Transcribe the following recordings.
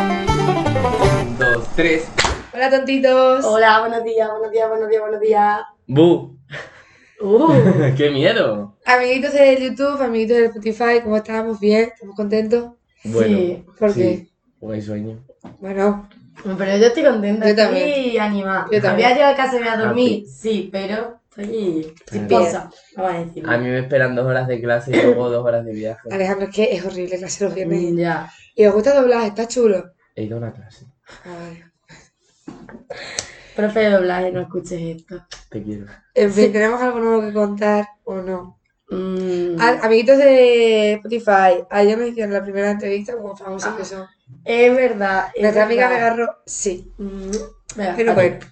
Un, dos, tres. Hola, tontitos. Hola, buenos días, buenos días, buenos días, buenos días. ¡Bu! Uh, ¡Qué miedo! Amiguitos del YouTube, amiguitos del Spotify, ¿cómo estamos? ¿Bien? ¿Estamos contentos? Bueno, Sí, ¿por sí. Buen sueño. Bueno, pero yo estoy contenta, Yo también. estoy animada. Yo también. Ah, Había llegado a casa y me voy a dormir, Happy. sí, pero estoy Claro. chisposa, vamos a decir. A mí me esperan dos horas de clase y luego dos horas de viaje. Alejandro, es que es horrible clase los viernes. Mm, Ya. ¿Y os gusta doblar? ¿Está chulo? He ido a una clase. Ah, vale. Profe de doblaje, no escuches esto. Te quiero. En fin, ¿tenemos algo nuevo que contar o no? Mm. A- amiguitos de Spotify, ayer nos hicieron la primera entrevista como famosos que son. Ah, Es verdad. es Nuestra amiga me verdad. agarró, sí. Mm, venga, Pero vale. bueno,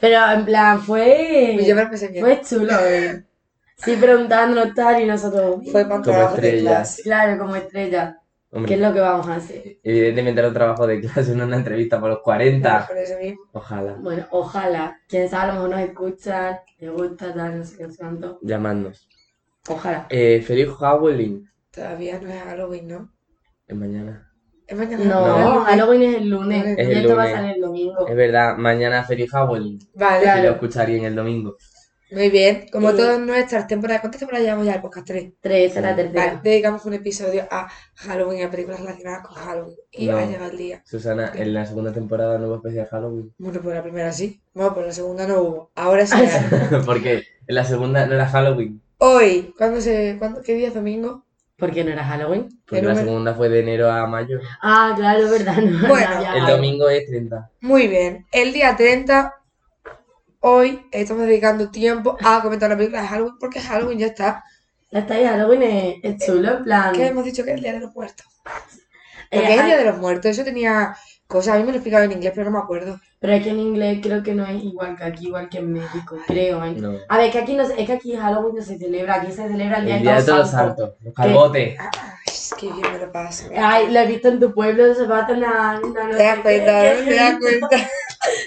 Pero en plan, fue. yo me lo pensé bien. Fue chulo, eh. Sí, preguntándonos tal y nosotros. Fue para Como un trabajo de estrella. clase. Claro, como estrella. ¿Qué es Hombre, lo que vamos a hacer? evidentemente era un trabajo de clase, no una entrevista por los 40. Por eso mismo. Ojalá. Bueno, ojalá. Quién sabe, a lo mejor nos escuchan, les gusta, tal, no sé qué tanto. Llamadnos. Ojalá. Eh, feliz Halloween. Todavía no es Halloween, ¿no? Es mañana. Es mañana. No, Halloween es el lunes. Es y el esto va a lunes. salir el domingo. Es verdad, mañana feliz Halloween. Vale. Si lo Claro. escucharían el domingo. Muy bien, como Y- todas nuestras temporadas, ¿cuántas temporadas llevamos ya al podcast 3? Tres, esa es la Vale, tercera. dedicamos un episodio a Halloween, y a películas relacionadas con Halloween. Y No. ha llegado el día. Susana, en la segunda temporada no hubo especial Halloween. Bueno, pues la primera sí. Bueno, pues la segunda no hubo. Ahora sí. hay. Porque en la segunda no era Halloween. Hoy, ¿cuándo se, cuándo, ¿qué día es domingo? ¿Por qué no era Halloween? Porque Pero la bueno. segunda fue de enero a mayo. Ah, claro, es verdad. No, Bueno, no había- El domingo es 30. Muy bien, el día 30, hoy estamos dedicando tiempo a comentar una película de Halloween, porque Halloween ya está. Ya está, y Halloween es, es chulo, en plan. ¿Qué hemos dicho que es el Día de los Muertos? eh, Porque es el hay- Día de los Muertos, eso tenía cosas, a mí me lo explicaban en inglés, pero no me acuerdo. Pero es que en inglés creo que no es igual que aquí, igual que en México, creo. ¿eh? No. A ver, que aquí no, se- es que aquí Halloween no se celebra, aquí se celebra el Día, El día de todos los Santos. santos. Los calbotes. Ay, es que bien me lo paso. Ay, lo he visto en tu pueblo, se va a una, una no Te das sé cuenta, qué, ¿no? Te das cuenta.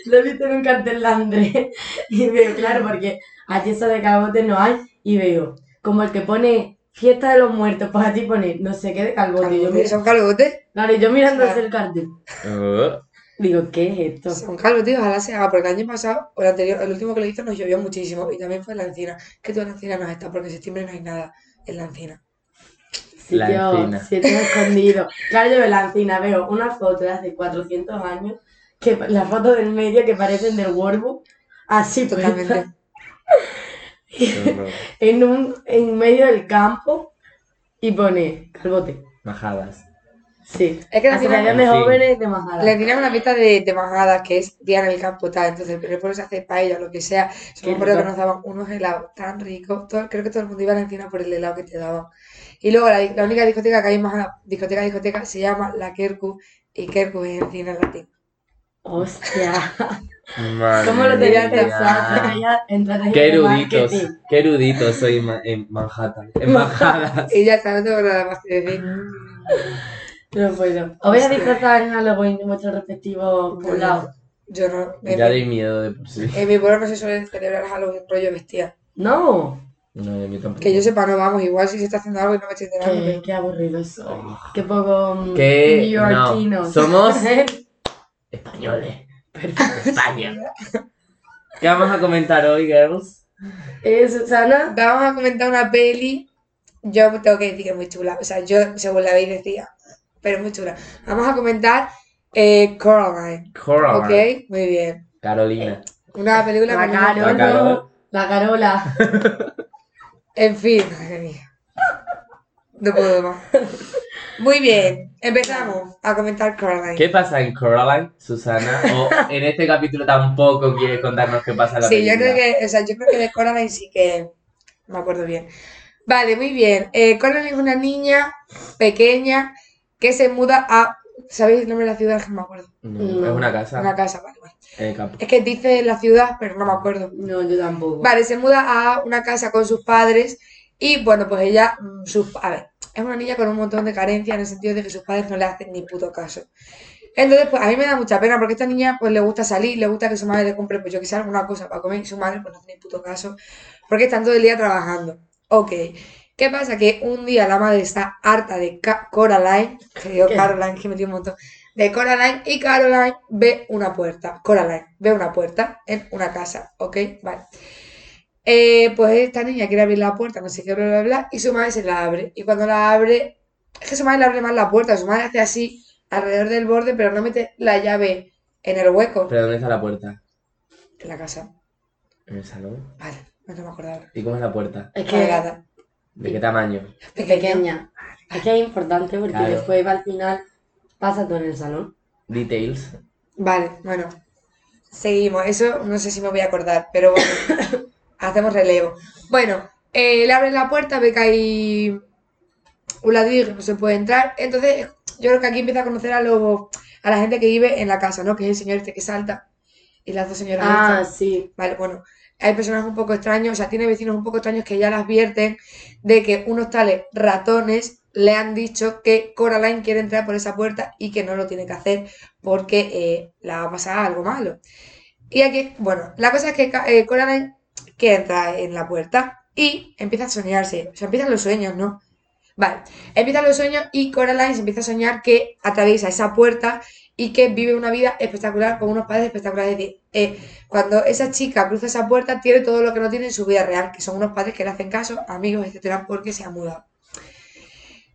Lo he visto en un cartel de Andrés. Y veo, claro, porque allí eso de calvote no hay. Y veo, como el que pone fiesta de los muertos, pues ti pone no sé qué de calvote. Y yo, Calvotes, mira- Son calvotes, claro, y yo mirando Claro. hacia el cartel, Oh. digo, ¿qué es esto? son calvotes, ojalá se haga, porque el año pasado, o el anterior, el último que lo hizo nos llovió muchísimo y también fue en la encina. Que toda la encina nos está, porque en septiembre no hay nada en la encina. La Sitio, encina. sitio escondido. Claro, yo veo la encina, veo una foto de hace 400 años, que pa- la foto del medio que parecen del Warbook, así pues. pues, puesta. Totalmente. Qué horror. en un en medio del campo y pone calvote. Majadas. Sí. Es que la encina, Asociación de En fin. jóvenes de Majada. la encina es una fiesta de, de majadas, que es día en el campo, tal. Entonces, el pueblo se hace paella, lo que sea. Yo Qué me acuerdo que rico. nos daban unos helados tan ricos. Todo- creo que todo el mundo iba a la encina por el helado que te daban. Y luego, la, la única discoteca que hay en Majada, discoteca, discoteca, se llama La Kerku. Y Kerku es encina en latín. Hostia. Madre ¿Cómo lo tenía mía. pensado? Tenía estrategia Qué de eruditos. marketing. Qué eruditos soy en Ma- en Manhattan. En Majadas. Y ya está, no tengo nada más que decir. No puedo. Os voy a Hostia. disfrazar en Halloween en vuestro respectivo poblado. Yo no. En, Ya mi, doy miedo de por sí. en mi pueblo no se suele celebrar Halloween rollo vestía. No. No, de mí tampoco. Que yo sepa, no vamos. Igual si se está haciendo algo y no me estoy enterando. Qué, pero- qué aburrido soy. Oh. Qué poco mm, Qué- neoyorquino. no. Somos- Españoles. Perfecto. España. ¿Qué vamos a comentar hoy, girls? Eh, Susana. Vamos a comentar una peli. Yo tengo que decir que es muy chula. O sea, yo, según la veis, decía. Pero es muy chula. Vamos a comentar eh, Coraline. Coraline. ¿Ok? Muy bien. Carolina. Una película La muy Carola. La Carola. La Carola. En fin, madre mía. No puedo más. Muy bien. Empezamos a comentar Coraline. ¿Qué pasa en Coraline, Susana? O en este capítulo tampoco quieres contarnos qué pasa en la Sí, yo película. creo que, o sea, yo creo que de Coraline sí que me acuerdo bien. Vale, muy bien. Eh, Coraline es una niña pequeña que se muda a. ¿Sabéis el nombre de la ciudad? Que no me acuerdo. No, es una casa. Una casa, vale, vale. En el campo. Es que dice la ciudad, pero no me acuerdo. No, yo tampoco. Vale, se muda a una casa con sus padres y bueno, pues ella, mm, sus, a ver, es una niña con un montón de carencias en el sentido de que sus padres no le hacen ni puto caso. Entonces, pues a mí me da mucha pena porque a esta niña pues le gusta salir, le gusta que su madre le compre, pues yo que sé, alguna cosa para comer y su madre pues no hace ni puto caso porque están todo el día trabajando. Ok. ¿Qué pasa? Que un día la madre está harta de Ca- Coraline, que digo ¿Qué? Caroline, que metí un montón, de Coraline y Caroline ve una puerta. Coraline ve una puerta en una casa, ¿ok? Vale. Eh, pues esta niña quiere abrir la puerta, no sé qué, bla, bla, bla, y su madre se la abre. Y cuando la abre, es que su madre le abre más la puerta, su madre hace así alrededor del borde, pero no mete la llave en el hueco ¿Pero dónde está la puerta? en la casa. ¿En el salón? Vale, no me acordaba. ¿Y cómo es la puerta? Es que Cuadrada, ¿De qué tamaño? pequeña. pequeña. Es que es importante porque Claro. después al final pasa todo en el salón. Details. Vale, bueno. Seguimos. Eso no sé si me voy a acordar, pero bueno. hacemos relevo. Bueno, eh, le abren la puerta, ve que hay un ladrillo que no se puede entrar. Entonces, yo creo que aquí empieza a conocer a los a la gente que vive en la casa, ¿no? Que es el señor este que salta y las dos señoras Ah, estas. sí. Vale, bueno, hay personajes un poco extraños, o sea, tiene vecinos un poco extraños que ya las advierten de que unos tales ratones le han dicho que Coraline quiere entrar por esa puerta y que no lo tiene que hacer porque eh, la va a pasar algo malo. Y aquí, bueno, la cosa es que Ca- eh, Coraline quiere entrar en la puerta y empieza a soñarse, o sea, empiezan los sueños, ¿no? Vale, empiezan los sueños y Coraline se empieza a soñar que atraviesa esa puerta y que vive una vida espectacular con unos padres espectaculares. Es decir, eh, cuando esa chica cruza esa puerta, tiene todo lo que no tiene en su vida real, que son unos padres que le hacen caso, amigos, etcétera, porque se ha mudado.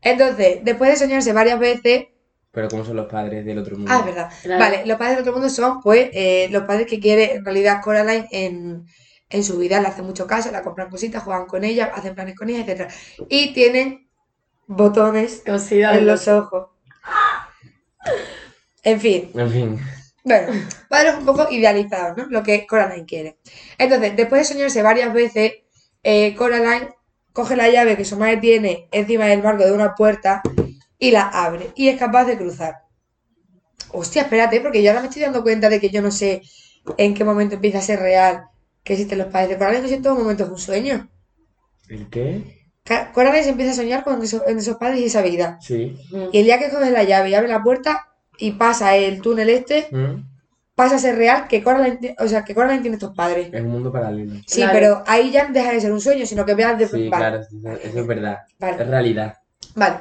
Entonces, después de soñarse varias veces, ¿Pero cómo son los padres del otro mundo? ah, es verdad, claro. Vale, los padres de todo el mundo son, pues, eh, los padres que quiere en realidad Coraline en, en su vida. Le hacen mucho caso, la compran cositas, juegan con ella, hacen planes con ella, etcétera. Y tienen botones Cosida en los ojos. En fin, En fin. bueno, padres un poco idealizados, ¿no? Lo que Coraline quiere. Entonces, después de soñarse varias veces, eh, Coraline coge la llave que su madre tiene encima del marco de una puerta y la abre y es capaz de cruzar. Hostia, espérate, porque yo ahora me estoy dando cuenta de que yo no sé en qué momento empieza a ser real que existen los padres de Coraline, que si en todo momento es un sueño. ¿El qué? Ca- Coraline se empieza a soñar con eso- en esos padres y esa vida. Sí. mm, Y el día que coge la llave y abre la puerta y pasa el túnel este, ¿Mm? pasa a ser real que Coraline, ti- o sea, que Coraline tiene estos padres. Es un mundo paralelo. Sí, Claro. pero ahí ya deja de ser un sueño, sino que veas de Sí, vale, claro, eso, eso es verdad. vale, Es realidad. vale.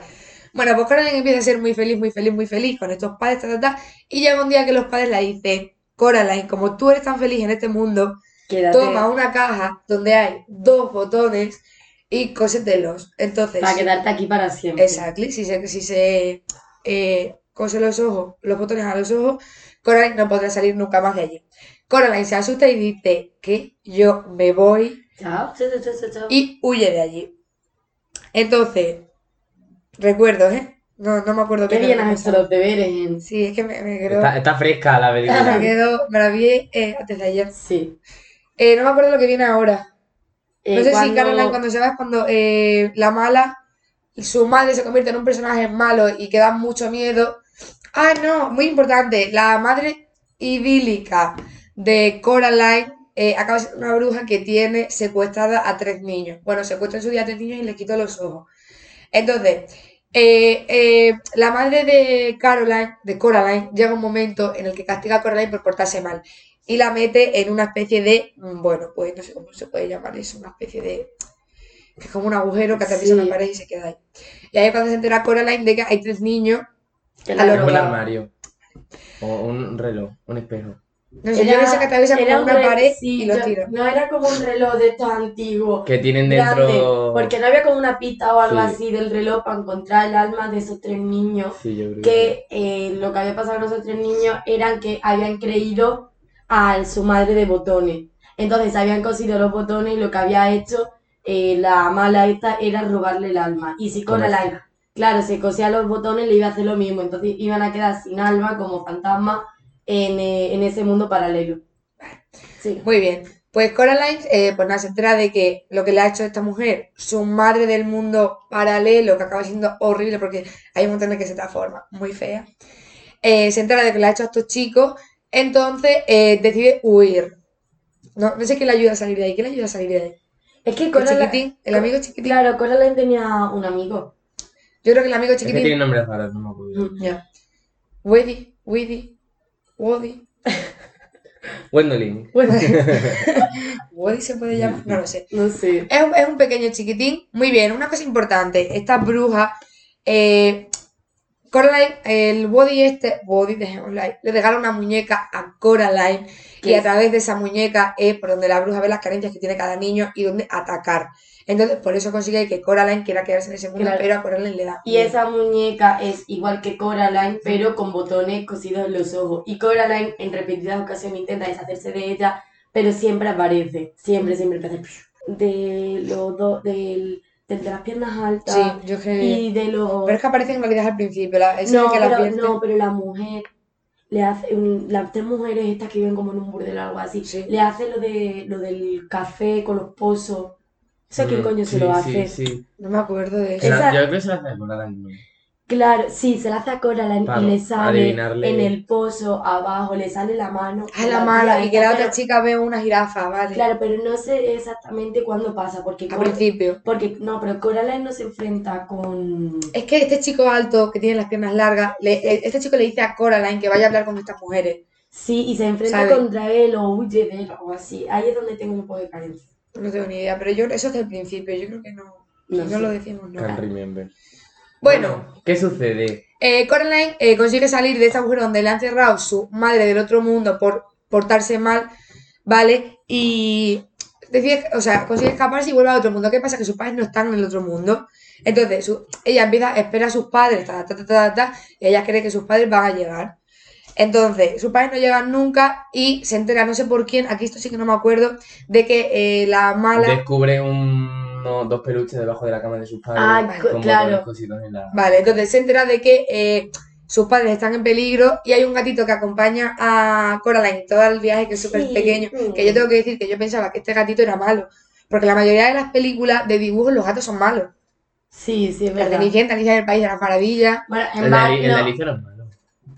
Bueno, pues Coraline empieza a ser muy feliz, muy feliz, muy feliz con estos padres, ta, ta, ta, y llega un día que los padres le dicen, Coraline, como tú eres tan feliz en este mundo, Quédate toma una caja donde hay dos botones y cósetelos. Entonces, para quedarte aquí para siempre. Exacto, si se, si se eh, cose los ojos, los botones a los ojos, Coraline no podrá salir nunca más de allí. Coraline se asusta y dice que yo me voy Chao, chao, chao, chao, chao. y huye de allí. Entonces, recuerdo, ¿eh? No, no me acuerdo Qué qué bien era lo has que hecho pasaba. los deberes en... Sí, es que me, me quedó, Está, está fresca la me película. quedó- me la vi eh, antes de ayer. Sí. Eh, no me acuerdo lo que viene ahora. Eh, No sé si cuando- Caroline cuando se va es cuando eh, la mala, su madre se convierte en un personaje malo y que da mucho miedo. Ah, no, muy importante, la madre idílica de Coraline eh, acaba siendo una bruja que tiene secuestrada a tres niños. Bueno, secuestra en su día a tres niños y le quitó los ojos. Entonces, eh, eh, la madre de Caroline, de Coraline, llega un momento en el que castiga a Coraline por portarse mal y la mete en una especie de, mm, bueno, pues no sé cómo se puede llamar eso, una especie de, que es como un agujero que atraviesa Sí. una pared y se queda ahí. Y ahí es cuando se entera Coraline de que hay tres niños, que a la lo Es un drogaba. armario. O un reloj, un espejo. no sé, yo no sé que atraviesan era como un una reloj- pared sí, y lo yo- tiran. No era como un reloj de estos antiguos. Que tienen grande, dentro. porque no había como una pista o algo Sí. así del reloj para encontrar el alma de esos tres niños. Sí, yo creo que. Que eh, lo que había pasado con esos tres niños eran que habían creído a su madre de botones. Entonces habían cosido los botones y lo que había hecho eh, la mala esta era robarle el alma. Y si Como Coraline, claro, se cosía los botones, le iba a hacer lo mismo. Entonces iban a quedar sin alma como fantasma en, eh, en ese mundo paralelo. Sí. Muy bien. Pues Coraline, eh, pues nada, se entera de que lo que le ha hecho esta mujer, su madre del mundo paralelo, que acaba siendo horrible porque hay un montón de que se transforma, muy fea, eh, se entera de que le ha hecho a estos chicos, entonces eh, decide huir. No, no sé quién le ayuda a salir de ahí, ¿quién le ayuda a salir de ahí? Es que El Coraline, chiquitín, el amigo chiquitín. claro, Coraline tenía un amigo. Yo creo que el amigo Es que tiene chiquitín. nombres Mm. raros, no me acuerdo. Ya. Weddy, Widdy, Woddy. Wendolin. Bueno, Wally se puede llamar, no lo sé. no sé. Es un, es un pequeño chiquitín. Muy bien, una cosa importante. Estas brujas. Eh, Coraline, el body este, body de Online, le regala una muñeca a Coraline y ¿Qué a es? través de esa muñeca es por donde la bruja ve las carencias que tiene cada niño y donde atacar. Entonces, por eso consigue que Coraline quiera quedarse en ese mundo, Claro. pero a Coraline le da. Y miedo. esa muñeca es igual que Coraline, pero con botones cosidos en los ojos. Y Coraline en repetidas ocasiones intenta deshacerse de ella, pero siempre aparece. Siempre, siempre aparece. De los dos, del, del de las piernas altas Sí, yo es que. y de los. Pero es que aparece en realidad al principio, la, esa es No, la que la pero, pierde. no, pero la mujer le hace, un- las tres mujeres estas que viven como en un burdel o algo así, Sí. le hace lo de lo del café con los pozos. Eso que el coño se lo hace. Mm, Sí, sí. No me acuerdo de eso. Se la- Esa- Yo creo que se la hace con Alan. Claro, sí, se la hace a Coraline Para y le sale adivinarle. en el pozo abajo, le sale la mano. Ah, de la tía mala, y esta, que la pero- otra chica ve una jirafa, vale. Claro, pero no sé exactamente cuándo pasa, porque, Al Cor- principio. porque no, pero Coraline no se enfrenta con... Es que este chico alto que tiene las piernas largas, le- le- este chico le dice a Coraline que vaya a hablar con estas mujeres. Sí, y se enfrenta Sabe. contra él o huye de él o así. Ahí es donde tengo un poco de carencia. No tengo ni idea, pero yo eso es el principio, yo creo que no, No no sé. lo decimos Can nunca. remember. Bueno, ¿qué sucede? eh, Coraline eh, consigue salir de ese agujero donde le han cerrado su madre del otro mundo por portarse mal, ¿vale? Y decide, o sea, consigue escaparse y vuelve al otro mundo. ¿Qué pasa? Que sus padres no están en el otro mundo. Entonces, su- ella empieza, espera a sus padres, ta, ta, ta, ta, ta, y ella cree que sus padres van a llegar. Entonces, sus padres no llegan nunca y se entera, no sé por quién, aquí esto sí que no me acuerdo, de que eh, la mala... Descubre un, no, dos peluches debajo de la cama de sus padres. Ah, con co- botones claro. cosidos en la- Vale, entonces se entera de que eh, sus padres están en peligro y hay un gatito que acompaña a Coraline todo el viaje, que es súper Sí, pequeño. sí. Que yo tengo que decir que yo pensaba que este gatito era malo. Porque la mayoría de las películas de dibujos los gatos son malos. Sí, sí, es La de verdad. Cenicienta, Alicia en el País de las Maravillas. Bueno, en El de, Bar- Ali- el de no, Alicia no es malo.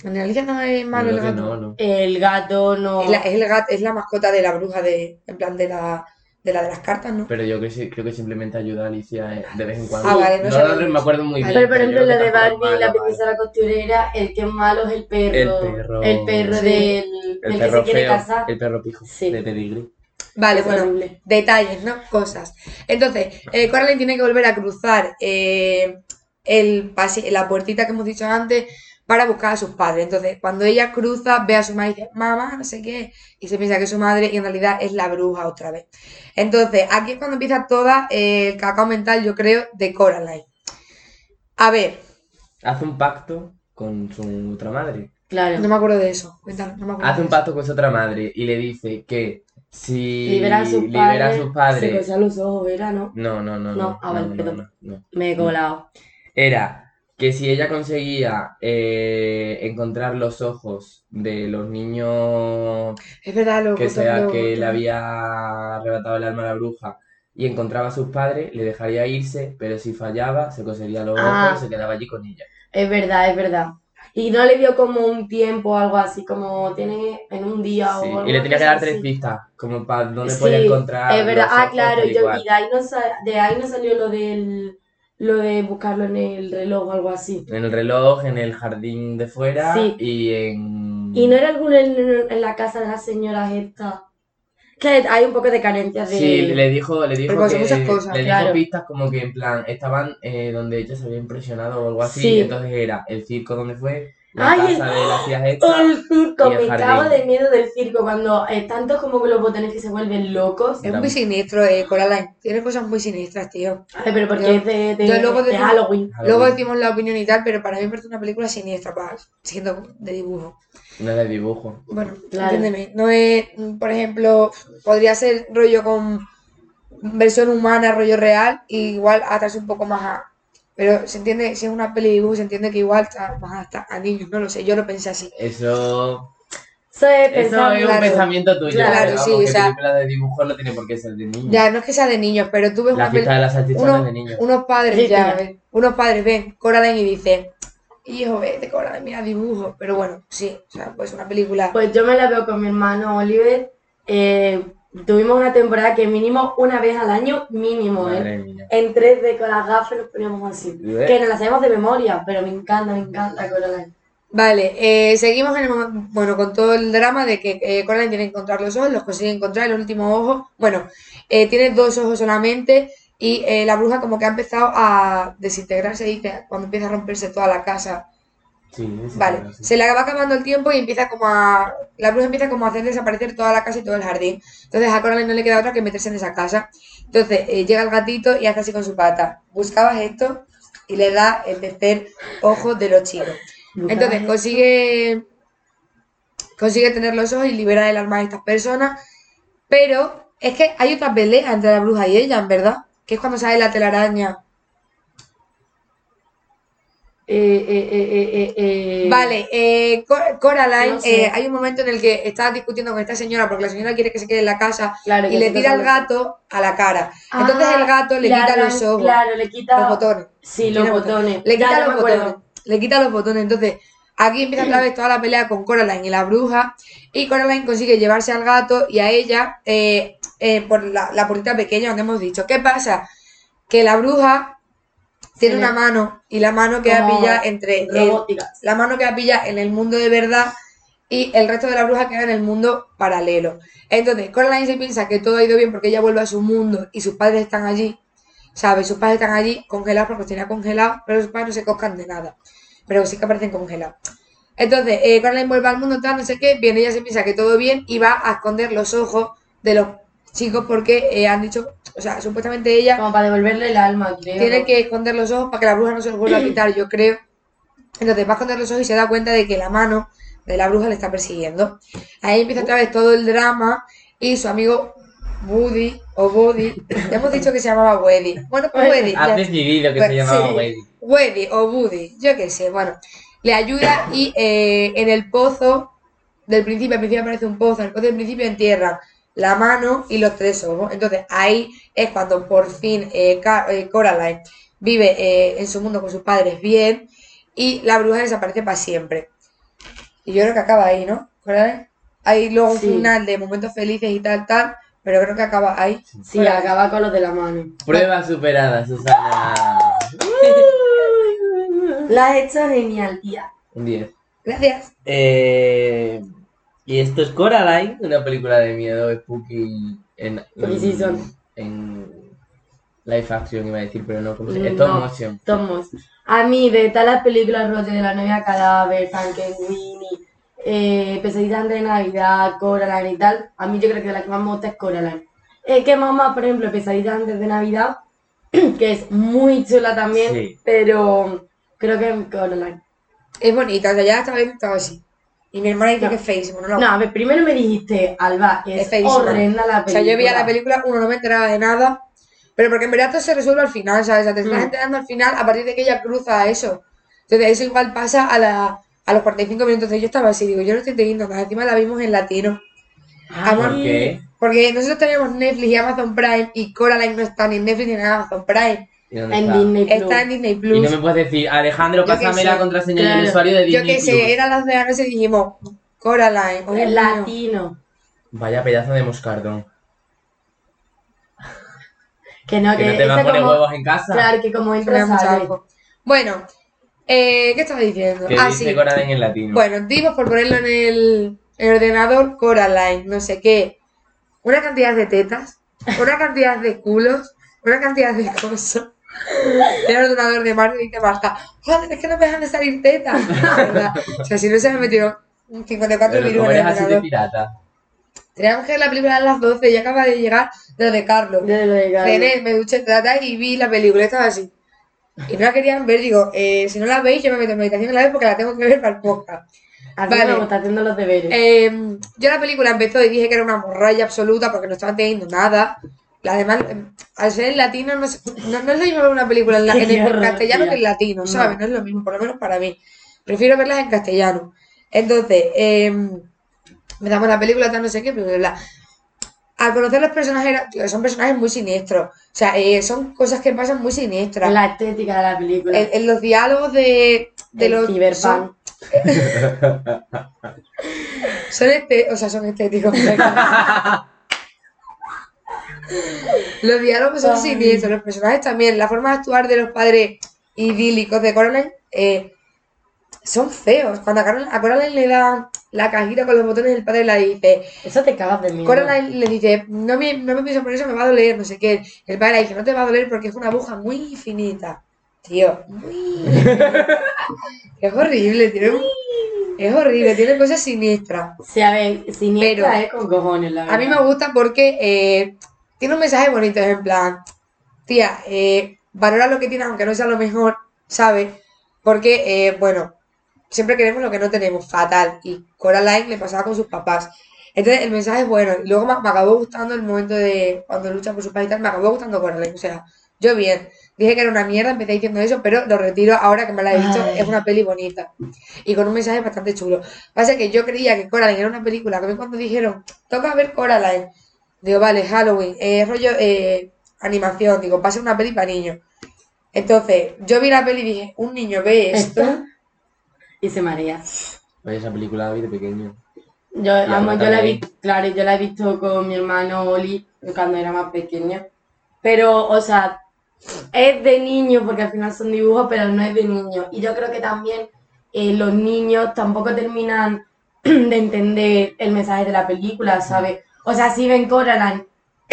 En Alicia no es malo Yo el creo que gato. no, no. el gato no... Es, la, es el gato, es la mascota de la bruja de, en plan de la, de la de las cartas, ¿no? Pero yo que sí- creo que simplemente ayuda a Alicia eh, de vez en cuando. Ah, vale, no no, sabía. no me acuerdo muy bien. Pero por ejemplo, yo creo la que de tampoco es Barbie, la malo, princesa la costurera, el que es malo es el perro. El perro. El perro Sí. del, El del que perro se quiere feo, casar. el perro pijo Sí. de pedigrí. Vale, Es bueno, horrible. detalles, ¿no? Cosas. Entonces, eh, Coraline tiene que volver a cruzar eh, el pase- la puertita que hemos dicho antes para buscar a sus padres. Entonces, cuando ella cruza, ve a su madre y dice, mamá, no sé qué, y se piensa que es su madre y en realidad es la bruja otra vez. Entonces, aquí es cuando empieza toda eh, el cacao mental, yo creo, de Coraline. A ver, Hace un pacto con su otra madre. Claro. no me acuerdo de eso. Cuéntame, no me acuerdo. Hace un de eso. pacto con su otra madre y le dice que si libera a sus libera a padres. sus padres- Se cosía los ojos, era, ¿no? No, Mm. no, no, no. No, ah, vale, perdón. no. Me he colado. Era que si ella conseguía eh, encontrar los ojos de los niños Es verdad, lo que sea lo- que le lo- había arrebatado el alma a la bruja y encontraba a sus padres, le dejaría irse, pero si fallaba, se cosería los Ah. ojos y se quedaba allí con ella. Es verdad, es verdad. Y no le dio como un tiempo o algo así, como tiene en un día Sí, o algo Y le tenía que dar tres pistas, como para dónde pues Sí, podía encontrar. Es verdad, los ah, ojos, claro, tal y y yo, cual. y de ahí, no sa- de ahí no salió lo del lo de buscarlo en el reloj o algo así. En el reloj, en el jardín de fuera Sí. y en. Y no era alguno en, en la casa de las señoras esta. Que hay un poco de carencia de. Sí, le dijo, le dijo Pero pasó que- muchas cosas, le claro. dijo pistas como que en plan estaban eh, donde ella se había impresionado o algo así, Sí. entonces era el circo donde fue, la Ay, casa de las tías ¡Oh, estas, el circo! Y el Me cago jardín. de miedo del circo cuando eh, tantos como con los botones que se vuelven locos. Es muy siniestro, eh, Coraline. Tiene cosas muy siniestras, tío. Ay, pero porque Yo- es de, de- yo luego de de- Halloween. Luego Halloween, decimos la opinión y tal, pero para mí me parece una película siniestra, pa, siendo de dibujo. no era de dibujo. Bueno, Claro. entiéndeme. No es, mm, por ejemplo, podría ser rollo con versión humana, rollo real, y igual atarse un poco más a. Pero se entiende, si es una peli de dibujo, se entiende que igual está más hasta a niños, no lo sé, yo lo pensé así. Eso, Eso es eso pensar- es un claro. pensamiento tuyo, Claro, pero vamos, sí, o que sea- película de dibujo no tiene por qué ser de niños. Ya, no es que sea de niños, pero tú ves Mm. la una peli. fiesta de las salchichas uno- no es de niños. Unos padres, Sí, ya, tía. ven, unos padres ven Coraline y dicen, hijo, vete, Coraline, mira dibujo. Pero bueno, sí, o sea, pues una película. Pues yo me la veo con mi hermano Oliver. Eh, tuvimos una temporada que mínimo una vez al año, mínimo, ¿eh? Madre mía. En 3D con las gafas nos poníamos así. ¿Eh? Que nos las sabemos de memoria, pero me encanta, me encanta Coraline. Vale, eh, seguimos en el momento, bueno, con todo el drama de que eh, Coraline tiene que encontrar los ojos, los consigue encontrar, el último ojo, bueno, eh, tiene dos ojos solamente y eh, la bruja como que ha empezado a desintegrarse, dice, cuando empieza a romperse toda la casa. Sí, sí, Vale, sí. se le va acabando el tiempo y empieza como a, la bruja empieza como a hacer desaparecer toda la casa y todo el jardín. Entonces a Coraline no le queda otra que meterse en esa casa. Entonces eh, llega el gatito y hace así con su pata, buscabas esto y le da el tercer ojo de los chicos. Entonces consigue consigue tener los ojos y liberar el alma de estas personas, pero es que hay otra pelea entre la bruja y ella, en verdad, que es cuando sale la telaraña. Eh, eh, eh, eh, eh, eh. Vale, eh, Cor- Coraline, No sé. eh, hay un momento en el que está discutiendo con esta señora porque la señora quiere que se quede en la casa Claro, y que le eso tira al también- gato a la cara. Entonces Ah, el gato le le quita arran- los ojos, Claro, le quita. los botones. Sí, Tiene los botones. botones. Le Ya, quita ya los me acuerdo. botones. Le quita los botones. Entonces, aquí empieza otra vez toda la pelea con Coraline y la bruja. Y Coraline consigue llevarse al gato y a ella eh, eh, por la, la puertita pequeña donde hemos dicho. ¿Qué pasa? Que la bruja tiene Sí. una mano y la mano queda Como pilla entre Eh, el- Robótica. la mano queda pilla en el mundo de verdad y el resto de la bruja queda en el mundo paralelo. Entonces, Coraline se piensa que todo ha ido bien porque ella vuelve a su mundo y sus padres están allí, ¿sabes? Sus padres están allí congelados porque los tenía congelados, pero sus padres no se coscan de nada, pero sí que aparecen congelados. Entonces, eh, Coraline vuelve al mundo, tal, no sé qué, bien, ella se piensa que todo bien y va a esconder los ojos de los chicos porque eh, han dicho, o sea, supuestamente ella Como para devolverle el alma, creo. tiene que esconder los ojos para que la bruja no se los vuelva a quitar, yo creo. Entonces va a esconder los ojos y se da cuenta de que la mano de la bruja le está persiguiendo. Ahí empieza otra vez todo el drama y su amigo Woody o Woody, ya hemos dicho que se llamaba Woody. Bueno, pues Woody, Has ya. decidido que Pues, se llamaba sí. Wendy. Woody o Woody, yo qué sé, bueno. Le ayuda y eh, en el pozo del principio, al principio aparece un pozo, en el pozo del principio entierran la mano y los tres ojos. Entonces ahí es cuando por fin eh, Ca- eh, Coraline vive eh, en su mundo con sus padres bien y la bruja desaparece para siempre. Y yo creo que acaba ahí, ¿no? Coraline? Hay luego un Sí. final de momentos felices y tal, tal, pero creo que acaba ahí. Sí, acaba con los de la mano. Prueba superada, Susana. Uh. La has hecho genial, tía. Un 10. Gracias. Eh, y esto es Coraline, una película de miedo spooky en, Spooky season. en, en live action iba a decir, pero no, como se- Mm, No. stop motion. Tomos. A mí, de todas las películas rollo de la novia cadáver, Frankenweenie, eh, Pesadillas de Navidad, Coraline y tal, a mí yo creo que de la que más me gusta es Coraline. Es que mamá, por ejemplo, Pesadillas antes de Navidad, que es muy chula también, Sí. pero creo que es Coraline. Es bonita, o sea, ya estaba viendo todo así. Y mi hermana dice No. que es feísimo, no lo No, a ver, primero me dijiste, Alba, es, Es feísima. horrenda la película. O sea, yo veía la película, uno no me enteraba de nada, pero porque en verdad todo se resuelve al final, ¿sabes? O sea, te estás Mm. enterando al final a partir de que ella cruza eso. Entonces, eso igual pasa a, la, a los 45 minutos. Entonces, yo estaba así, digo, yo no estoy entendiendo nada. Encima la vimos en latino. Ay, Amor. ¿Por qué? Porque nosotros tenemos Netflix y Amazon Prime, y Coraline no está ni en Netflix ni en Amazon Prime. ¿Y dónde En está? Disney Plus. Está en Disney Y no Plus. me puedes decir, Alejandro, Yo qué pásame sé, la contraseña y el claro. usuario de Yo Disney que Plus. sé, era las de la noche y dijimos, Coraline, oh, Dios Es mío. latino. Vaya pedazo de moscardón. Que no, que, Que no te va a esa poner como- huevos en casa. Claro, que Me como da entra mucho sale. asco. Bueno, eh, ¿qué estaba diciendo? Que Ah, dice sí. Coraline en latino. Bueno, dimos por ponerlo en el, en el ordenador Coraline, no sé qué. Una cantidad de tetas, una cantidad de culos, una cantidad de cosas. En el ordenador de Marta dice Marta, joder, es que no me dejan de salir tetas. La verdad. O sea, si no se me metido un 54 Pero virus como en el eres así de ordenador. pirata. Teníamos que ver la película a las 12 y acaba de llegar lo de Carlos. De lo de Gaga. Cené, me duché, trata y vi la película, estaba así. Y no la querían ver, digo, eh, si no la veis, yo me meto en meditación y la vez porque la tengo que ver para el podcast. Así Vale. como está haciendo los deberes. Eh, yo la película empezó y dije que era una morralla absoluta porque no estaba teniendo nada. La demás, eh, al ser en latino, no, sé- no, no es lo mismo ver una película en, la- en el- en Qué horror, castellano tía. que en latino, No. ¿sabes? No es lo mismo, por lo menos para mí. Prefiero verlas en castellano. Entonces, eh, empezamos la película, tal, no sé qué, bla, bla, bla. Al conocer los personajes, era- tío, son personajes muy siniestros. O sea, eh, son cosas que pasan muy siniestras. la estética de la película. En, en los diálogos de, de El los. son- Cyberpunk. Son este, o sea, son estéticos. los diálogos son Ay. siniestros, los personajes también, la forma de actuar de los padres idílicos de Coraline eh, son feos. Cuando a, Carol- a Coraline le da la cajita con los botones, el padre la dice, Eso te cagas de mí. Coraline le dice, no me, no me pienso por eso, me va a doler, no sé qué. El padre le dice, no te va a doler porque es una aguja muy infinita. Tío, muy... es horrible, tío. Es horrible, tiene cosas siniestras. Sí, a ver, siniestra Pero- es con cojones, la verdad. A mí me gusta porque eh, tiene un mensaje bonito, es en plan, tía, eh, valora lo que tienes aunque no sea lo mejor, ¿sabes? Porque, eh, bueno, siempre queremos lo que no tenemos, fatal. Y Coraline le pasaba con sus papás. Entonces el mensaje es bueno. Y luego me, me acabó gustando el momento de cuando lucha por sus padres y tal, me acabó gustando Coraline. O sea, yo bien. Dije que era una mierda, empecé diciendo eso, pero lo retiro ahora que me la he dicho. Ay. Es una peli bonita. Y con un mensaje bastante chulo. Pasa que yo creía que Coraline era una película. Que a mí cuando dijeron, toca ver Coraline. Digo, vale, Halloween, eh, rollo eh, animación. Digo, va a ser una peli para niños. Entonces, yo vi la peli y dije, un niño ve esto. Esto. Y se marea. Oye, esa película la vi de pequeño. Yo, ahora vamos, yo la he también. visto, claro, yo la he visto con mi hermano Oli cuando era más pequeño. Pero, o sea, es de niño, porque al final son dibujos, pero no es de niño. Y yo creo que también eh, los niños tampoco terminan de entender el mensaje de la película, ¿sabes? O sea, si ven Coraline,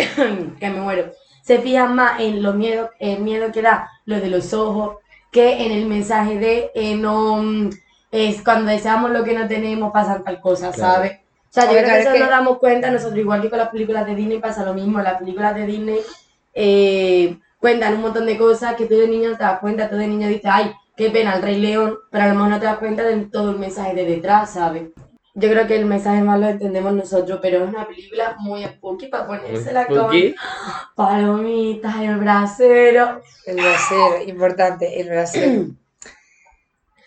que me muero, se fijan más en los miedos, el miedo que da lo de los ojos, que en el mensaje de eh, no mm, es cuando deseamos lo que no tenemos pasan tal cosa, Claro. ¿sabes? O sea, yo Hombre, creo claro, que eso es que- nos damos cuenta nosotros, igual que con las películas de Disney pasa lo mismo, las películas de Disney eh, cuentan un montón de cosas que tú de niño no te das cuenta, tú de niño dices, ay, qué pena el Rey León, pero a lo mejor no te das cuenta de todo el mensaje de detrás, ¿sabes? Yo creo que el mensaje más lo entendemos nosotros, pero es una película muy spooky para ponérsela con Spooky. palomitas, el brasero. El brasero, importante, el brasero. Eh,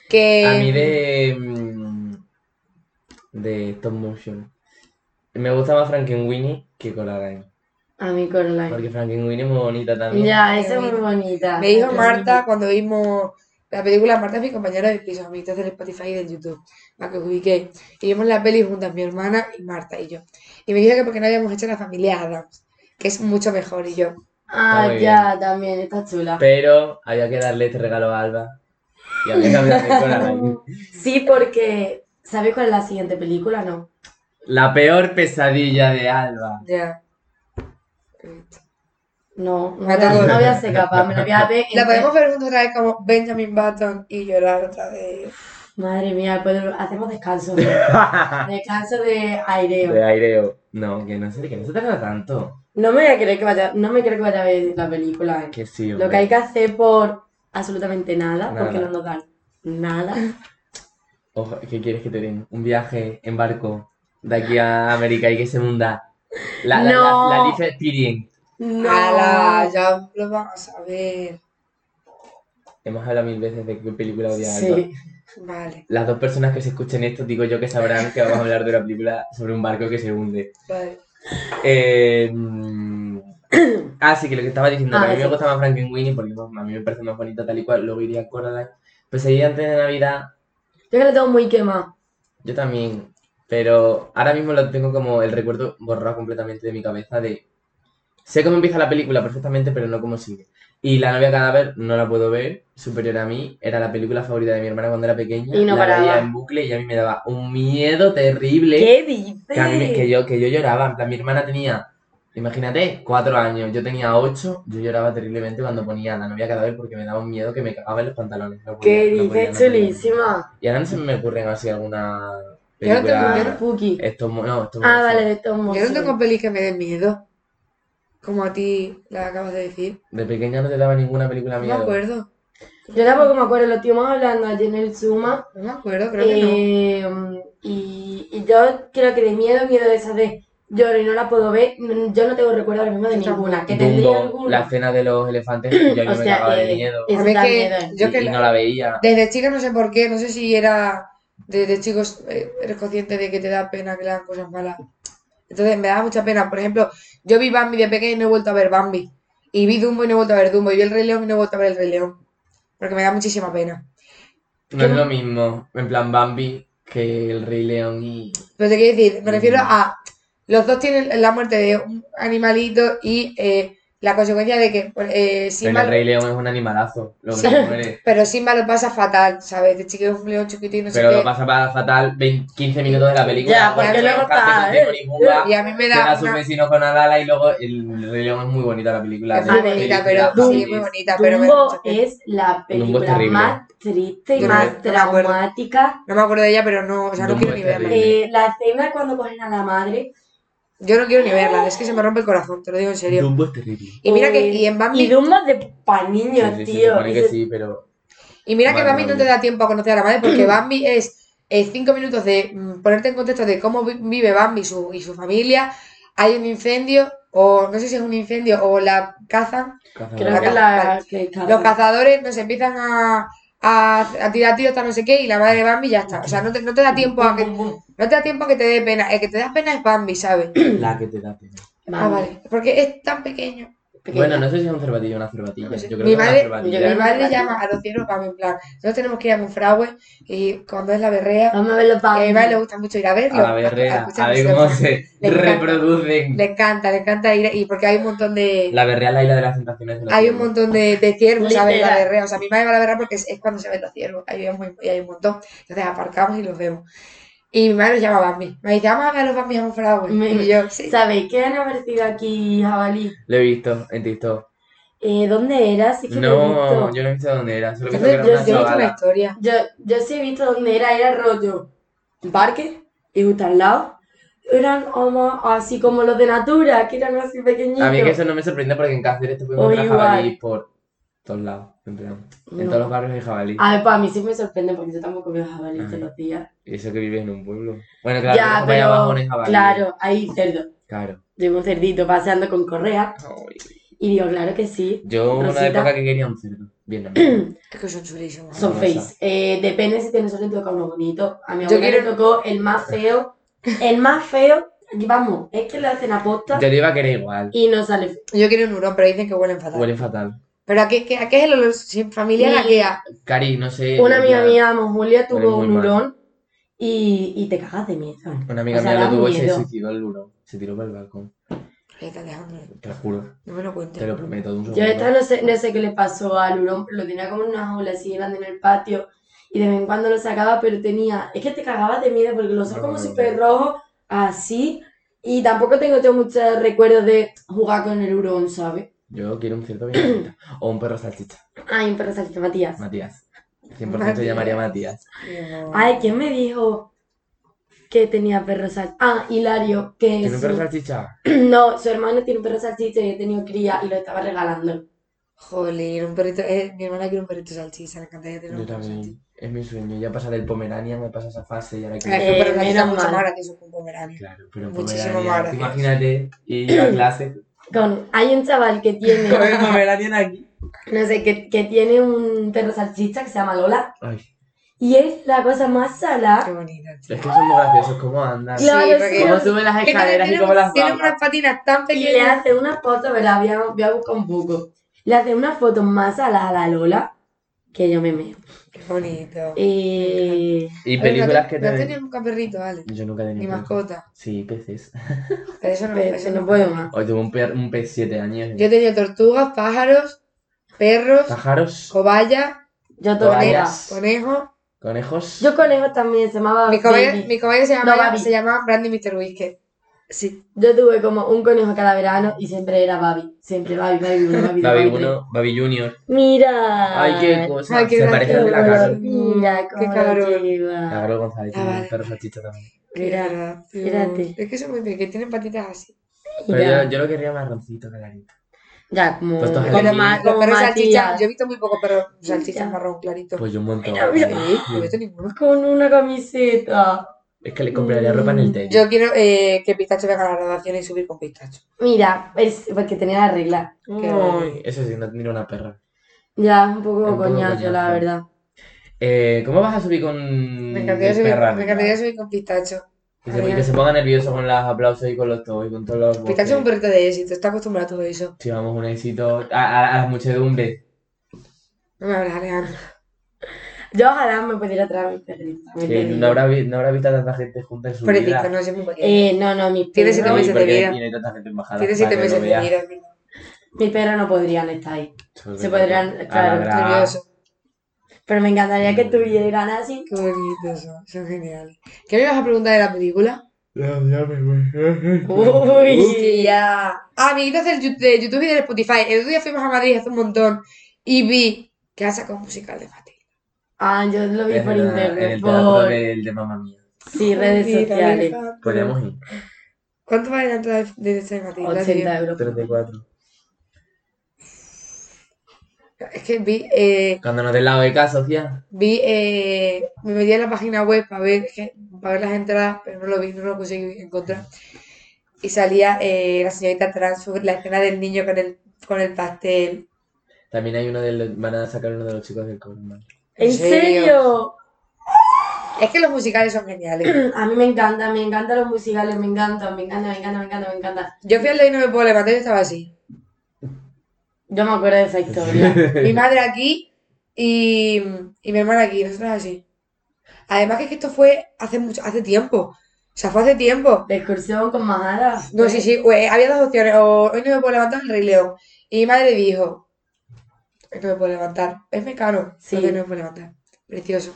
Que. A mí de. mm, de stop motion. Me gusta más Frankenweenie que Coraline. A mí Coraline. Porque Frankenweenie es muy bonita también. Ya, esa es muy bonita. Me dijo Yo- Marta cuando vimos la película Marta es mi compañera de piso, amiguitas del Spotify y del YouTube, para que os ubiquéis. Y vimos la peli juntas, mi hermana y Marta y yo. Y me dijo que porque no habíamos hecho la familia Adams, que es mucho mejor. Y yo, Ah, Está muy ya, también, está chula. Pero había que darle este regalo a Alba. Y había que hablar de Coraline. Sí, porque, ¿sabes cuál es la siguiente película? No. La peor pesadilla de Alba. ya. No, no Me voy a, tocó. no voy a ser capaz, me la voy a ver. La en- podemos ver juntos otra vez como Benjamin Button y llorar otra vez. Madre mía, pero hacemos descanso. Descanso de aireo. De aireo. No, que no sé, que no se tarda tanto. No me voy a creer que vaya, no me creo que vaya a ver la película. eh. Que sí, Lo que hay que hacer por absolutamente nada, Nada. porque no nos dan nada. Ojo, ¿Qué quieres que te den? Un viaje en barco de aquí a América y que se hunda. La, la, No. la, la Leaf Experience. No. Ala, ya lo vamos a ver. Hemos hablado mil veces de qué película odia Alba. Sí. Vale, Las dos personas que se escuchen esto, digo yo que sabrán que vamos a hablar de una película sobre un barco que se hunde. vale. Eh, mm, ah, sí, que lo que estaba diciendo, que Ah, a mí me eso. gusta más Frankenweenie porque no- a mí me parece más bonita tal y cual, luego iría a Coraline. Pesadilla antes de Navidad, Yo que lo tengo muy quemado. yo también, pero ahora mismo lo tengo como el recuerdo borrado completamente de mi cabeza de... Sé cómo empieza la película perfectamente, pero no cómo sigue. Y La novia cadáver no la puedo ver, superior a mí, era la película favorita de mi hermana cuando era pequeña. Y no la paraba. veía en bucle y a mí me daba un miedo terrible. ¿Qué dices? Que, a mí me- que yo, que yo lloraba, en plan, mi hermana tenía, imagínate, cuatro años, yo tenía ocho, yo lloraba terriblemente cuando ponía la novia cada vez porque me daba un miedo que me cagaba en los pantalones. no podía- ¿Qué no podía, dices? no podía. Chulísima. Y ahora no se me ocurren así alguna Yo no tengo Ah, película. Spooky. Esto, no, esto Ah, vale, de estos Yo no monstruos. tengo pelis que me den miedo, como a ti la acabas de decir. De pequeña no te daba ninguna película No me miedo. acuerdo, Yo tampoco me acuerdo, lo estuvimos hablando ayer en el Zuma. no me acuerdo, creo que no. eh, y, y yo creo que de miedo, miedo de esas de lloro y no la puedo ver. n- Yo no tengo recuerdo ahora mismo de Yo tampoco. ninguna. Que tendría Dumbo, la alguna. escena de los elefantes, yo ahí O me sea, cagaba de eh, miedo. eso A mí da que- miedo, eh. Yo y, que y la- no la veía. Desde chica no sé por qué, no sé si era desde chicos eh, eres consciente de que te da pena que le hagan cosas malas. Entonces me daba mucha pena. Por ejemplo, yo vi Bambi de pequeña y no he vuelto a ver Bambi. Y vi Dumbo y no he vuelto a ver Dumbo. Y vi El Rey León y no he vuelto a ver El Rey León. Porque me da muchísima pena. No es lo mismo, en plan Bambi, que el Rey León y... Pero te quiero decir, me Mm. refiero a... Los dos tienen la muerte de un animalito y eh, La consecuencia de que pues, eh, Pero Simba, el Rey León es un animalazo. Lo que Sí. se muere. pero Simba lo pasa fatal, ¿sabes? Este chico es un león chiquito y no Pero sé lo qué. pasa pa- fatal 20, 15 minutos de la película. Ya, porque León luego hace está, con ¿eh? Timoribumba, Y a mí me pega da a sus una... vecinos con Alala y luego el Rey León es muy bonita la película. Es de- muy Ah, película, bonita, pero sí, sí, es muy bonita, pero me da Dumbo mucha pena. es la Dumbo es película terrible. más triste y Yo no- más no me acuerdo. traumática. No me acuerdo de ella, pero no, o sea, no Dumbo quiero es ni verla. terrible. Eh, la escena cuando cogen a la madre. Yo no quiero ni verla, es que se me rompe el corazón, te lo digo en serio. Dumbo es terrible. Y mira que, Eh, y en Y Bambi, Dumbo es de pa' Sí, niños, sí, se tío. supone que Ese- sí, pero y mira que Vale, Bambi no Bambi. te da tiempo a conocer a la madre, porque Bambi es eh, cinco minutos de mm, ponerte en contexto de cómo vi- vive Bambi y su, y su familia. Hay un incendio, o no sé si es un incendio, o la cazan. Creo que Vale. la... que Los cazadores nos empiezan a, a, a tirar tiros hasta no sé qué, y la madre de Bambi ya está. O sea, no te, no te da tiempo a que, Bum, bum, bum. no te da tiempo a que te dé pena. El que te da pena es Bambi, ¿sabes? La que te da pena. Ah, vale. Porque es tan pequeño. Pequeña. Bueno, no sé si es un cervatillo o una cervatilla. No sé. Yo creo Mi que es una madre- cervatilla. yo Mi creo- madre llama a los cielos para en plan, nosotros tenemos que ir a Monfragüe y cuando es la berrea, Vamos a ver los y a mi Bambi. madre le gusta mucho ir a verlo. A la berrea, escuchar a ver música. cómo se Le encanta. reproducen. Le encanta, le encanta ir y porque hay un montón de La berrea es la isla de las tentaciones de los hay un cielos. montón de, de ciervos a ver la Literal. berrea. O sea, mi madre va a la berrea porque es, es cuando se ven los ciervos. Ahí vemos y hay un montón. Entonces aparcamos y los vemos. Y mi madre los llama Bambi. Me dice, vamos a ver a los Bambi a Monfragüe. Me- Y yo, sí. ¿Sabéis qué han aparecido aquí, jabalí? Lo he visto en TikTok. Eh, ¿Dónde era? Sí que lo he visto. No, yo no he visto dónde era. Solo he Entonces, visto que era una yo, yo he visto una chavala. historia. Yo, yo sí he visto dónde era, era rollo. Parque y justo al lado. Eran como, así como los de Natura, que eran así pequeñitos. A mí que eso no me sorprende porque en Cáceres te puedes O encontrar igual. jabalí por todos lados. En, plan, en No. todos los barrios hay jabalí. A ver, pues a mí sí me sorprende porque yo tampoco veo jabalí Ajá. todos los días. Y eso que vives en un pueblo. Bueno, Ah. claro, ya, pero pero abajo no hay jabalí. claro, hay cerdo. Claro. Llevo un cerdito paseando con correa Ay. y digo, claro que sí. Yo hubo una Rosita. época que quería un cerdo. Vietnamita. Es que son chulísimos. Son Hermosa. feis. Eh, depende si tienes suerte y te toca uno bonito. A mi Yo abuela le quiero- tocó el más feo. El más feo, y vamos, es que le hacen aposta Yo lo iba a querer igual. y no sale feo. Yo quiero un hurón, pero dicen que huelen fatal. Huele fatal. Pero ¿a qué, qué- a qué es el olor sin familia? Sí. ¿A qué? A- Cari, no sé. Una ya- amiga mía, vamos, Julia, Pero tuvo muy un mal. hurón y, y te cagas de miedo. Una amiga O sea, mía da lo tuvo y se miedo. suicidó el duro. Se tiró por el balcón. Vete, Alejandro, Te lo juro. no me lo Te cuentes. lo prometo. de Un Yo segundo. esta no sé, no sé qué le pasó al hurón, pero lo tenía como en una jaula así grande en el patio y de vez en cuando lo sacaba, pero tenía... Es que te cagabas de miedo porque los ojos como No. súper rojos, así, y tampoco tengo yo muchos recuerdos de jugar con el hurón, ¿sabes? Yo quiero un cerdo vietnamita. o un perro salchicha. Ay, un perro salchicha, Matías. Matías. 100% Matías. llamaría Matías. Ay, ¿quién me dijo que tenía perro salchicha? Ah, Hilario, que ¿Tiene un perro su- salchicha? No, su hermano tiene un perro salchicha y he tenido cría y lo estaba regalando. Jolín, un perrito. eh, mi hermana quiere un perrito salchicha, le encantaría tener Yo un perro salchicha. también. Es mi sueño. Ya pasar del Pomerania, me pasa esa fase y ahora Es quiero. que un Eh, perro salchicha menos es mucho mal. más gracioso que un pomerania. Claro, pero en Muchísimo Pomerania. más Imagínate ir a clase Con, hay un chaval que tiene, con el Pomerania aquí. no sé, que, que tiene un perro salchicha que se llama Lola Ay, y es la cosa más Qué salada. bonito. tío. es que son muy graciosos. ¿Cómo andan? Ah, Sí, Claro, porque- sí. ¿Cómo suben las Es que escaleras y tienen- cómo las Tienen bajan? unas patinas tan Y le pequeñas. hace una foto, ¿verdad? Voy a, voy a buscar un poco. Le hace una foto más salada a la Lola que yo me meo. Qué bonito. Eh, Y A ver, no películas te- que No te... tenía nunca perrito, vale. Yo nunca he tenido Ni perro. mascota. Sí, peces. Pero eso no pero eso eso no puedo más. Hoy tuve un, per- un pez 7 años. Yo he tenido tortugas, pájaros, perros, Pájaros, cobayas, Yo todavía. Cobayas. conejos. conejos. conejos. Yo conejo también, se llamaba Mi caballo, Baby. mi caballo se, No, llamaba, Babi. se llamaba Brandy Mr. Whiskey. Sí. Yo tuve como un conejo cada verano y siempre era Babi. Siempre Babi, Babi, uno, Babi, dos, Baby tres. 1, Baby Junior. Mira. Ay, qué cosa. Ay, qué Se gracioso. parece al de la Qué Carol. Mira, Qué cómo cabrón. lo La lleva. Carol González tiene Ah, vale. un perro salchicha también. Qué Mira, gracioso. espérate. Es que son muy pequeños, tienen patitas así. Pero Mira. yo, yo lo quería marroncito, clarito. Ya, como, Pues estos como, alemanes. ma, Los como perros salchicha, Matías. yo he visto muy pocos perros salchicha Ya. marrón clarito. Pues yo un montón. mira. Sí, no he visto ninguno. Con una camiseta. Es que le compraría ropa en el tenis. Yo quiero eh, que Pistacho venga a la graduación y subir con Pistacho. Mira, es porque tenía la regla. Ay, eso sí, no tendría una perra. Ya, un poco Un poco coñazo, la coñazo. verdad. Eh, ¿Cómo vas a subir con Me encantaría, subir, perra? me arriba? encantaría subir con Pistacho. Que se, y que se ponga nervioso con los aplausos y con los todos y con todos los... Pistacho es un boques. perrito de éxito, está acostumbrado a todo eso. Sí, vamos, un éxito a, a, a las muchedumbres. No me hables, Alejandro. Yo ojalá me pudiera traer mi perrito. mi Que perrito. no habrá, vi- no habrá visto a tanta gente junta en su Pobrecito, vida. no es muy pequeño. Eh, no, no, mi Tiene perro. Sí, siete meses de porque vida. Tiene tanta gente embajada. Tiene siete para que meses lo de vea. vida. Mi perro no podrían estar ahí. Se podrían- claro, Habrá- Nervioso. Pero me encantaría Mm. que estuvieran así. Qué bonitos son, son geniales. ¿Qué me ibas a preguntar de la película? Uy, ya. Amiguitos Ah, del Yu- de YouTube y del Spotify. El otro día fuimos a Madrid hace un montón y vi que han sacado un musical de Fati. Ah, yo lo vi Es por verdad, en internet, el teatro por del de mamá mía. sí, redes sociales. Podríamos ir. ¿Cuánto vale la entrada de- de ese Fati? 80 euros. 34. Es que vi, eh, Cuando nos del lado de casa, tía. vi, eh, me metí en la página web para ver, es que- para ver las entradas, pero no lo vi, no lo conseguí encontrar. Y salía eh, la señorita Transfer, la escena del niño con el, con el pastel. También hay uno de los. Van a sacar uno de los chicos del Corman. ¿En ¿En serio? serio? Es que los musicales son geniales. A mí me encanta, me encantan los musicales, me encantan, me encanta, me encanta, me encanta, me encanta. Yo fui al de hoy no me puedo levantar y estaba así. Yo me acuerdo de esa historia. Mi madre aquí y, y mi hermana aquí, nosotros así. Además que es que esto fue hace mucho, hace tiempo. O sea, fue hace tiempo. La excursión con Majada. No, sí, sí, eh, había dos opciones, o hoy no me puedo levantar el Rey León. Y mi madre dijo, hoy no me puedo levantar. Es mecano, Sí. sí. hoy no me puedo levantar. Precioso.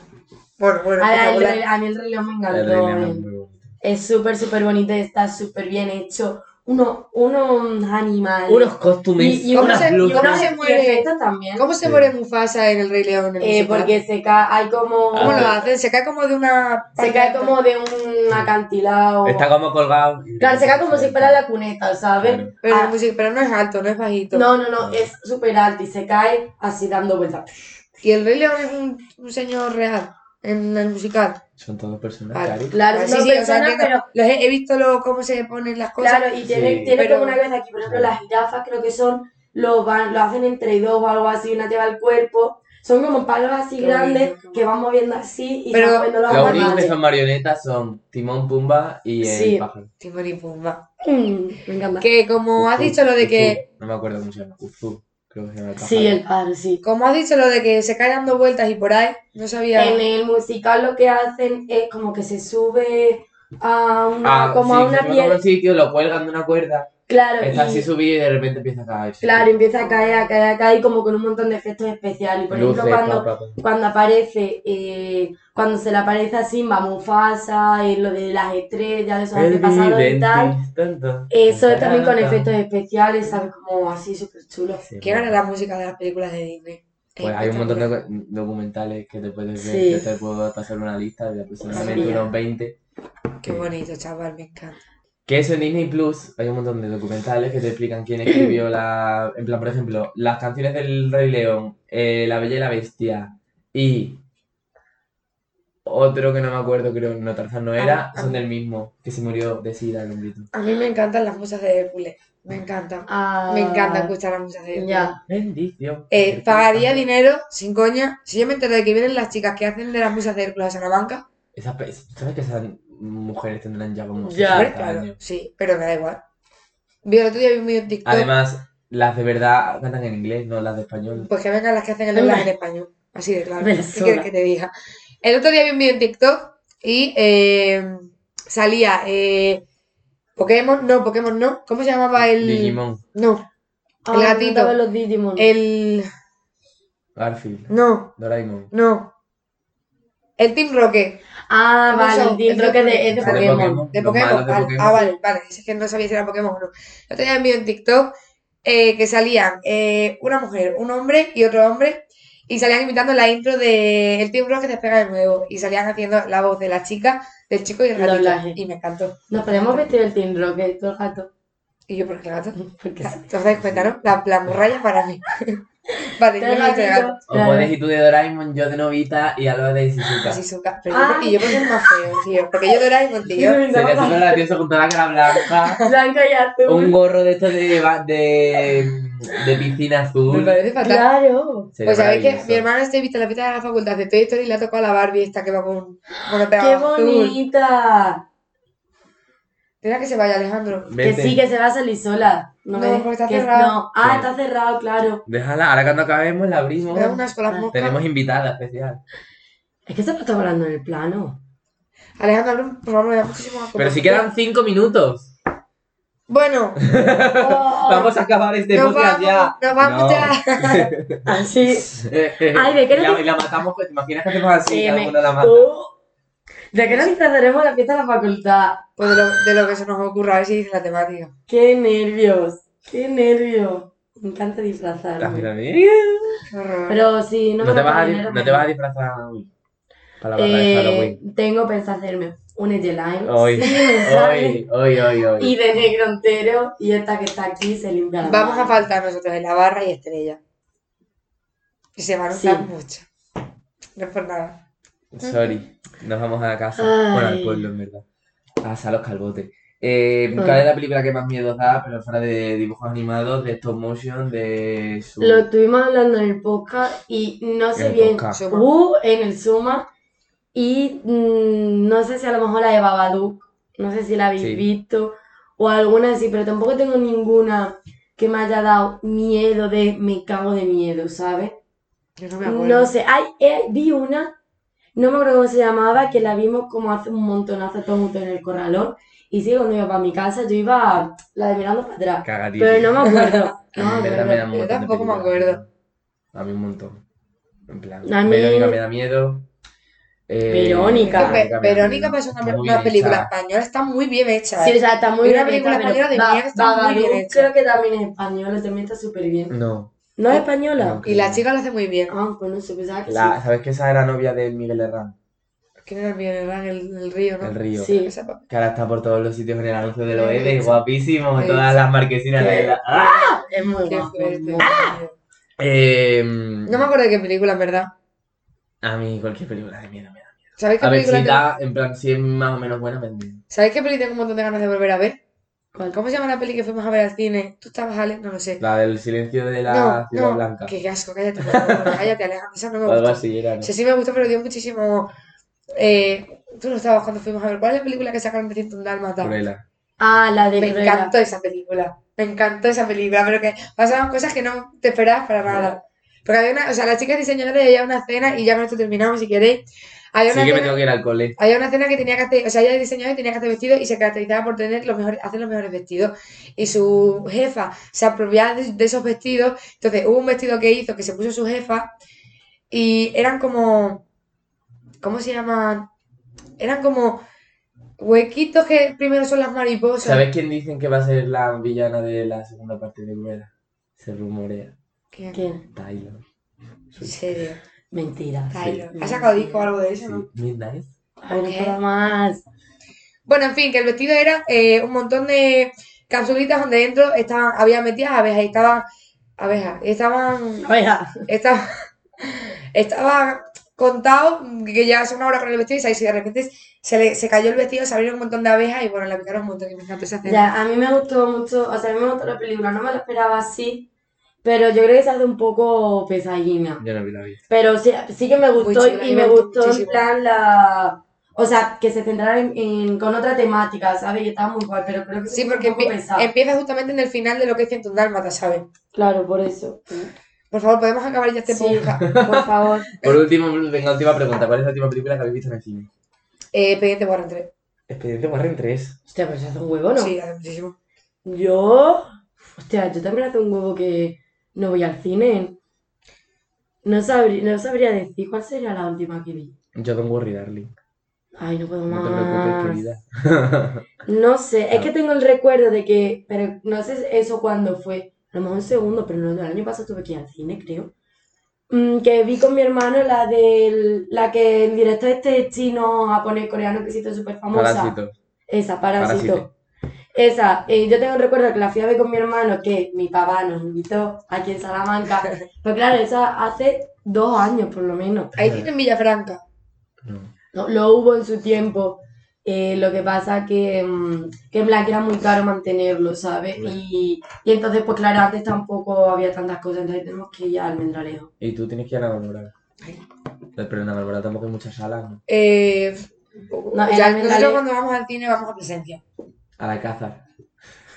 Bueno, bueno, A, espectacular. la- a mí el reloj me El Rey León es encantó. muy bonito. Es súper, súper bonito, está súper bien hecho. Uno, unos animales. Unos costumes, y, y ¿Cómo unas se- luces. cómo se muere? y efectos también. ¿Cómo se Sí. muere Mufasa en el Rey León? en el Eh, musical? porque se cae, hay como. ¿Cómo Ah. lo hacen? Se cae como de una... Se cae como de un acantilado. Está como colgado. Claro, se cae como si fuera la cuneta, ¿sabes? Claro. Pero, Ah. pues sí, pero no es alto, no es bajito. No, no, no, es súper alto y se cae así dando vueltas. Y el Rey León es un, un señor real en el musical. Son todos personas, Vale. cari. Claro, Ah, son o sea, personas, entiendo. Los pero. he, he visto lo- cómo se ponen las cosas. Claro, y tiene, Sí. tiene Pero- como una cabeza aquí, por ejemplo, las jirafas creo que son, lo, van, lo hacen entre dos o algo así, una lleva el cuerpo. Son como palos así Qué grandes bonito. que van moviendo así y Pero- van moviendo los Los únicos que animales. son marionetas son Timón, Pumba y el Sí. pájaro. Timón y Pumba. Mm, Me encanta. Que como has Ufú, dicho lo de que... Ufú. No me acuerdo cómo se llama. Ufú, creo que se llama el pájaro. Sí, el pájaro, sí. Como has dicho lo de que se cae dando vueltas y por ahí, no sabía... En el musical lo que hacen es como que se sube a una, Ah, sí, como a se una sube como a piel. un sitio, lo cuelgan de una cuerda. Claro, Está y- así subido y de repente empieza a caerse. Claro, empieza a caer, a caer, a caer, y como con un montón de efectos especiales. Por Luces, ejemplo, cuando, pa, pa, pa. cuando aparece, eh, cuando se le aparece a Simba, Mufasa, eh, lo de las estrellas, de esos antepasados y tal. eh, Eso es también con efectos especiales, ¿sabes? Como así, súper chulo. Sí, ¿Qué gana la música de las películas de Disney? Es Pues hay un montón espectacular. de co- documentales que te puedes ver. Sí. Yo te puedo pasar una lista de aproximadamente Sí. unos 20. Qué bonito, chaval, me encanta. Que eso en Disney Plus hay un montón de documentales que te explican quién escribió la. En plan, por ejemplo, las canciones del Rey León, eh, La Bella y la Bestia y. Otro que no me acuerdo, creo, no Tarzán no era, Ah, ah. son del mismo, que se murió de sida el hombrito. A mí me encantan las musas de Hércules. Me encantan. Ah, Me encanta pues, escuchar las musas de Hércules. Ya. Bendición. Eh, pagaría dinero, sin coña, si yo me entero de que vienen las chicas que hacen de las musas de Hércules a Salamanca. Esas pe- ¿Sabes que esas mujeres tendrán ya como 60 Ya. hombre, claro, años? sí, pero me da igual. Vi el otro día vi un vídeo en TikTok, Además, las de verdad cantan en inglés, no las de español. pues que vengan las que hacen el doblaje en español. Así de claro. Me la ¿Qué suda. quieres que te diga? El otro día vi un vídeo en TikTok y eh, salía eh, Pokémon, no, Pokémon no. ¿Cómo se llamaba el...? Digimon, No, Ah, El me gatito. Eh, encantaban los Digimon. el... Garfield, No, Doraemon. no. El Team Rocket. Ah, ¿Cómo vale, son? el Team Eso Rocket es- de- es de Eso de Pokémon. Pokémon. De Los Pokémon, malos de vale. Pokémon. Ah, vale, vale. Es que no sabía si era Pokémon o no. Yo tenía un vídeo en TikTok eh, que salían eh, una mujer, un hombre y otro hombre. Y salían imitando la intro de El Team Rock que despega de nuevo. Y salían haciendo la voz de la chica, del chico y el El gatito. doblaje. Y me encantó. Nos podemos vestir el Team Rocket, todo el gato. Y yo, ¿por qué gato? Porque sí. ¿Te os dais cuenta, no? La, la morralla para mí. vale, yo Todo el me he gatito, gato. O claro. puedes ir tú de Doraemon, yo de Novita y Alba de Shizuka. Así su ca- pero Ah. yo- Y yo porque es más feo, tío. Porque yo Doraemon, tío. Sí, me Sería encanta. súper gracioso con toda la cara blanca, Blanco y azul. un gorro de estos de, ba- de, de piscina Me azul. parece fatal. Claro. Sería Pues sabéis que maravilloso. mi hermana está vista la pita de la facultad de Toy Story y le ha tocado a la Barbie esta que va con bueno, ¡Qué bonita! Espera que se vaya Alejandro. Vete. Que sí, que se va a salir sola. No, No, me- porque está que- cerrado. no. Ah, Sí. está cerrado, claro. Déjala, ahora cuando acabemos la abrimos. Me da unas con las moscas. Ah, Tenemos invitada especial. Es que se me está volando en el plano. Alejandro, abre un- por favor, me da muchísimo asco. Pero si quedan cinco minutos. Bueno, Oh, Vamos a acabar este nos podcast vamos, ya. nos vamos No. ya. así. Ay, Ay, ¿de qué no la, te- y la matamos, pues, ¿te imaginas que hacemos así? Eh, me- Alguna la mata. Oh. ¿De qué nos disfrazaremos en la fiesta de la facultad? Pues de lo, de lo que se nos ocurra, a ver si dice la temática. ¡Qué nervios! ¡Qué nervios! Me encanta La disfrazarme. piramide. Qué horror. Pero si no Ah, No, me te da vas a, di- dinero, no te vas a disfrazar hoy. Para la barra de eh, Halloween. Tengo pensado hacerme un headline. Hoy, hoy, hoy, hoy, hoy. Y de negro entero. Y esta que está aquí se limpia la Vamos mano. a faltar nosotros en la barra y estrella. Y se van a usar Sí. mucho. No es por nada. Sorry, nos vamos a la casa. Ay. Bueno, al pueblo, en verdad. Casa, los calbotes. Eh, ¿Cuál es la película que más miedo os da? Pero fuera de dibujos animados, de stop motion, de su. Lo estuvimos hablando en el podcast y no en sé el bien. podcast. Somos- Uh, en el Suma. Y mm, no sé si a lo mejor la de Babadook. No sé si la habéis Sí. visto. O alguna así, pero tampoco tengo ninguna que me haya dado miedo de me cago de miedo, ¿sabes? yo no me acuerdo. No sé, hay, eh, vi una, no me acuerdo cómo se llamaba, que la vimos como hace un montonazo todos juntos en el corralón. Y sí, cuando iba para mi casa, yo iba la de mirando para atrás. Cagadito. Pero no me acuerdo. A No mí en verdad me me da acuerdo. un yo montón de tampoco me películas. acuerdo. A mí un montón. En plan, A mí- Verónica me da miedo. Eh, Verónica. Ve- me da Verónica miedo. pasó una, Está muy una bien película hecha. española, está muy bien hecha. Sí, ¿eh? o sea, está muy Y una bien película hecha, pero española de Ba- mierda está muy bien Babadook hecha. creo que también es española, también está súper bien. No. ¿No es española? No. Y la chica lo hace muy bien. Ah, pues no sé, pensaba que La- ¿Sabes que esa era novia de Miguel Herrán? ¿Quién era bien? Era en el, en el río, ¿no? El río. Sí. Esa pa- Que ahora está por todos los sitios en el anuncio de los Sí, Edes, sí. guapísimo, Sí. todas las marquesinas Sí. de la... ¡Ah! sí. Es muy Qué guapo. es fuerte. Ah, muy guapo. Eh, No me acuerdo de qué película, en verdad. A mí cualquier película de miedo me da. ¿Sabéis qué A ver si película? tengo- da, en plan, si es más o menos buena, me da miedo. ¿Sabéis qué peli tengo un montón de ganas de volver a ver? ¿Cuál? ¿Cómo se llama la peli que fuimos a ver al cine? ¿Tú estabas, Ale? No lo sé. La del silencio de la no, ciudad no, blanca. Qué asco, cállate, por favor, cállate, Alejandro, esa no me O algo gusta. así era, ¿no? O sea, sí me gustó, pero dio muchísimo. eh, tú no estabas cuando fuimos a ver. ¿Cuál es la película que sacaron de 101 Dálmata? Cruella. Ah, la de Me Cruella. encantó esa película. Me encantó esa película, pero que pasaban cosas que no te esperabas para nada. Porque había una, o sea, la chica es diseñadora y había una cena, y ya con esto terminamos si queréis. Había una Sí que me cena- tengo que ir al cole. había una cena que tenía que hacer, o sea, ella diseñaba y tenía que hacer vestidos y se caracterizaba por tener los mejores, hacer los mejores vestidos. Y su jefa se apropiaba de, de esos vestidos. Entonces, hubo un vestido que hizo que se puso su jefa y eran como, ¿cómo se llaman? Eran como huequitos que primero son las mariposas. ¿Sabes quién dicen que va a ser la villana de la segunda parte de Cruella? Se rumorea. ¿Quién? ¿Quién? Taylor. En serio, Mentira. Tyler. Sí. ¿Ha sacado disco o algo de eso, Sí. no? Midnight. Ay, no Ok. puedo más. Bueno, en fin, que el vestido era eh, un montón de capsulitas donde dentro estaban, había metidas abejas y estaban, abejas, y estaban Vaya. estaba, estaba contado que llevas una hora con el vestido y se- y de repente se, le, se cayó el vestido, se abrieron un montón de abejas y bueno, la picaron un montón y me encantó esa cena. Ya, a mí me gustó mucho, o sea, a mí me gustó la película, no me lo esperaba así, pero yo creo que se hace un poco pesadina. Yo no vi la Eh. vi. Pero sí, sí que me gustó Muy chula, y me me gustó gustó en muchísimo. plan la... O sea, que se centrara en, en- con otra temática, ¿sabes? Y estaba muy guay, pero creo que Sí, fue porque un poco empie- pesado. empieza justamente en el final de lo que es 101 Dálmata, ¿sabes? Claro, por eso. Por favor, podemos acabar ya este Sí, podcast. por favor. Por último, venga, última pregunta. ¿Cuál es la última película que habéis visto en el cine? Eh, pendiente Warren 3. Expediente Warren 3. Hostia, pero se hace un huevo, ¿no? Sí, hace muchísimo. Yo... Hostia, yo también hace un huevo que no voy al cine. No sabría, no sabría decir cuál sería la última que vi. Yo tengo Worry Darling. Ay, no puedo No más. te preocupes, querida. No sé, es Ah. que tengo el recuerdo de que, pero no sé eso cuándo fue, a lo mejor un segundo, pero no, el año pasado tuve que ir al cine, creo. Mm, que vi con mi hermano la del, la que el director este chino, japonés, coreano que se hizo súper famosa. Parásito. Esa, Parásito. Esa, eh, yo tengo el recuerdo que la fui a ver con mi hermano, que mi papá nos invitó aquí en Salamanca. Pero claro, esa hace dos años por lo menos. Ahí tienen Villafranca. No. No, lo hubo en su tiempo. eh, lo que pasa que, mm, que en Black era muy caro mantenerlo, ¿sabes? Claro. Y, y entonces, pues claro, antes tampoco había tantas cosas, entonces tenemos que ir al Almendralejo. Y tú tienes que ir a Navalmoral. Pero en Navalmoral tampoco hay muchas salas, ¿no? Eh, No, ya, en nosotros Almendale- cuando vamos al cine vamos a presencia. A la caza.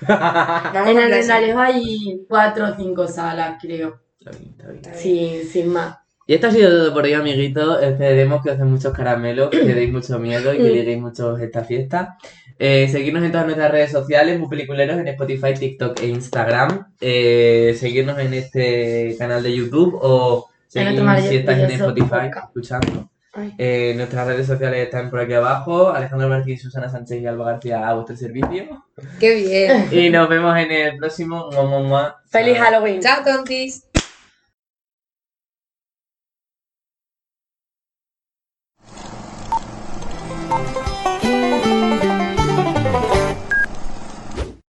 Vamos Ah, En a presencia. Almendralejo hay cuatro o cinco salas, creo. Está bien, está bien. Está bien. Sí, sin más. Y esto ha sido todo por hoy, amiguitos. Esperemos que os den muchos caramelos, que le deis mucho miedo y que Mm. liguéis mucho esta fiesta. Eh, seguirnos en todas nuestras redes sociales, muy peliculeros, en Spotify, TikTok e Instagram. Eh, seguirnos en este canal de YouTube o En seguirnos otro maravilloso si estás en Spotify podcast. escuchando. Eh, Ay. nuestras redes sociales están por aquí abajo. Alejandro Martínez, Susana Sánchez y Alba García a vuestro servicio. Qué bien. Y nos vemos en el próximo. Mua, mua, mua. ¡Feliz Chao. Halloween! Chao, tontis.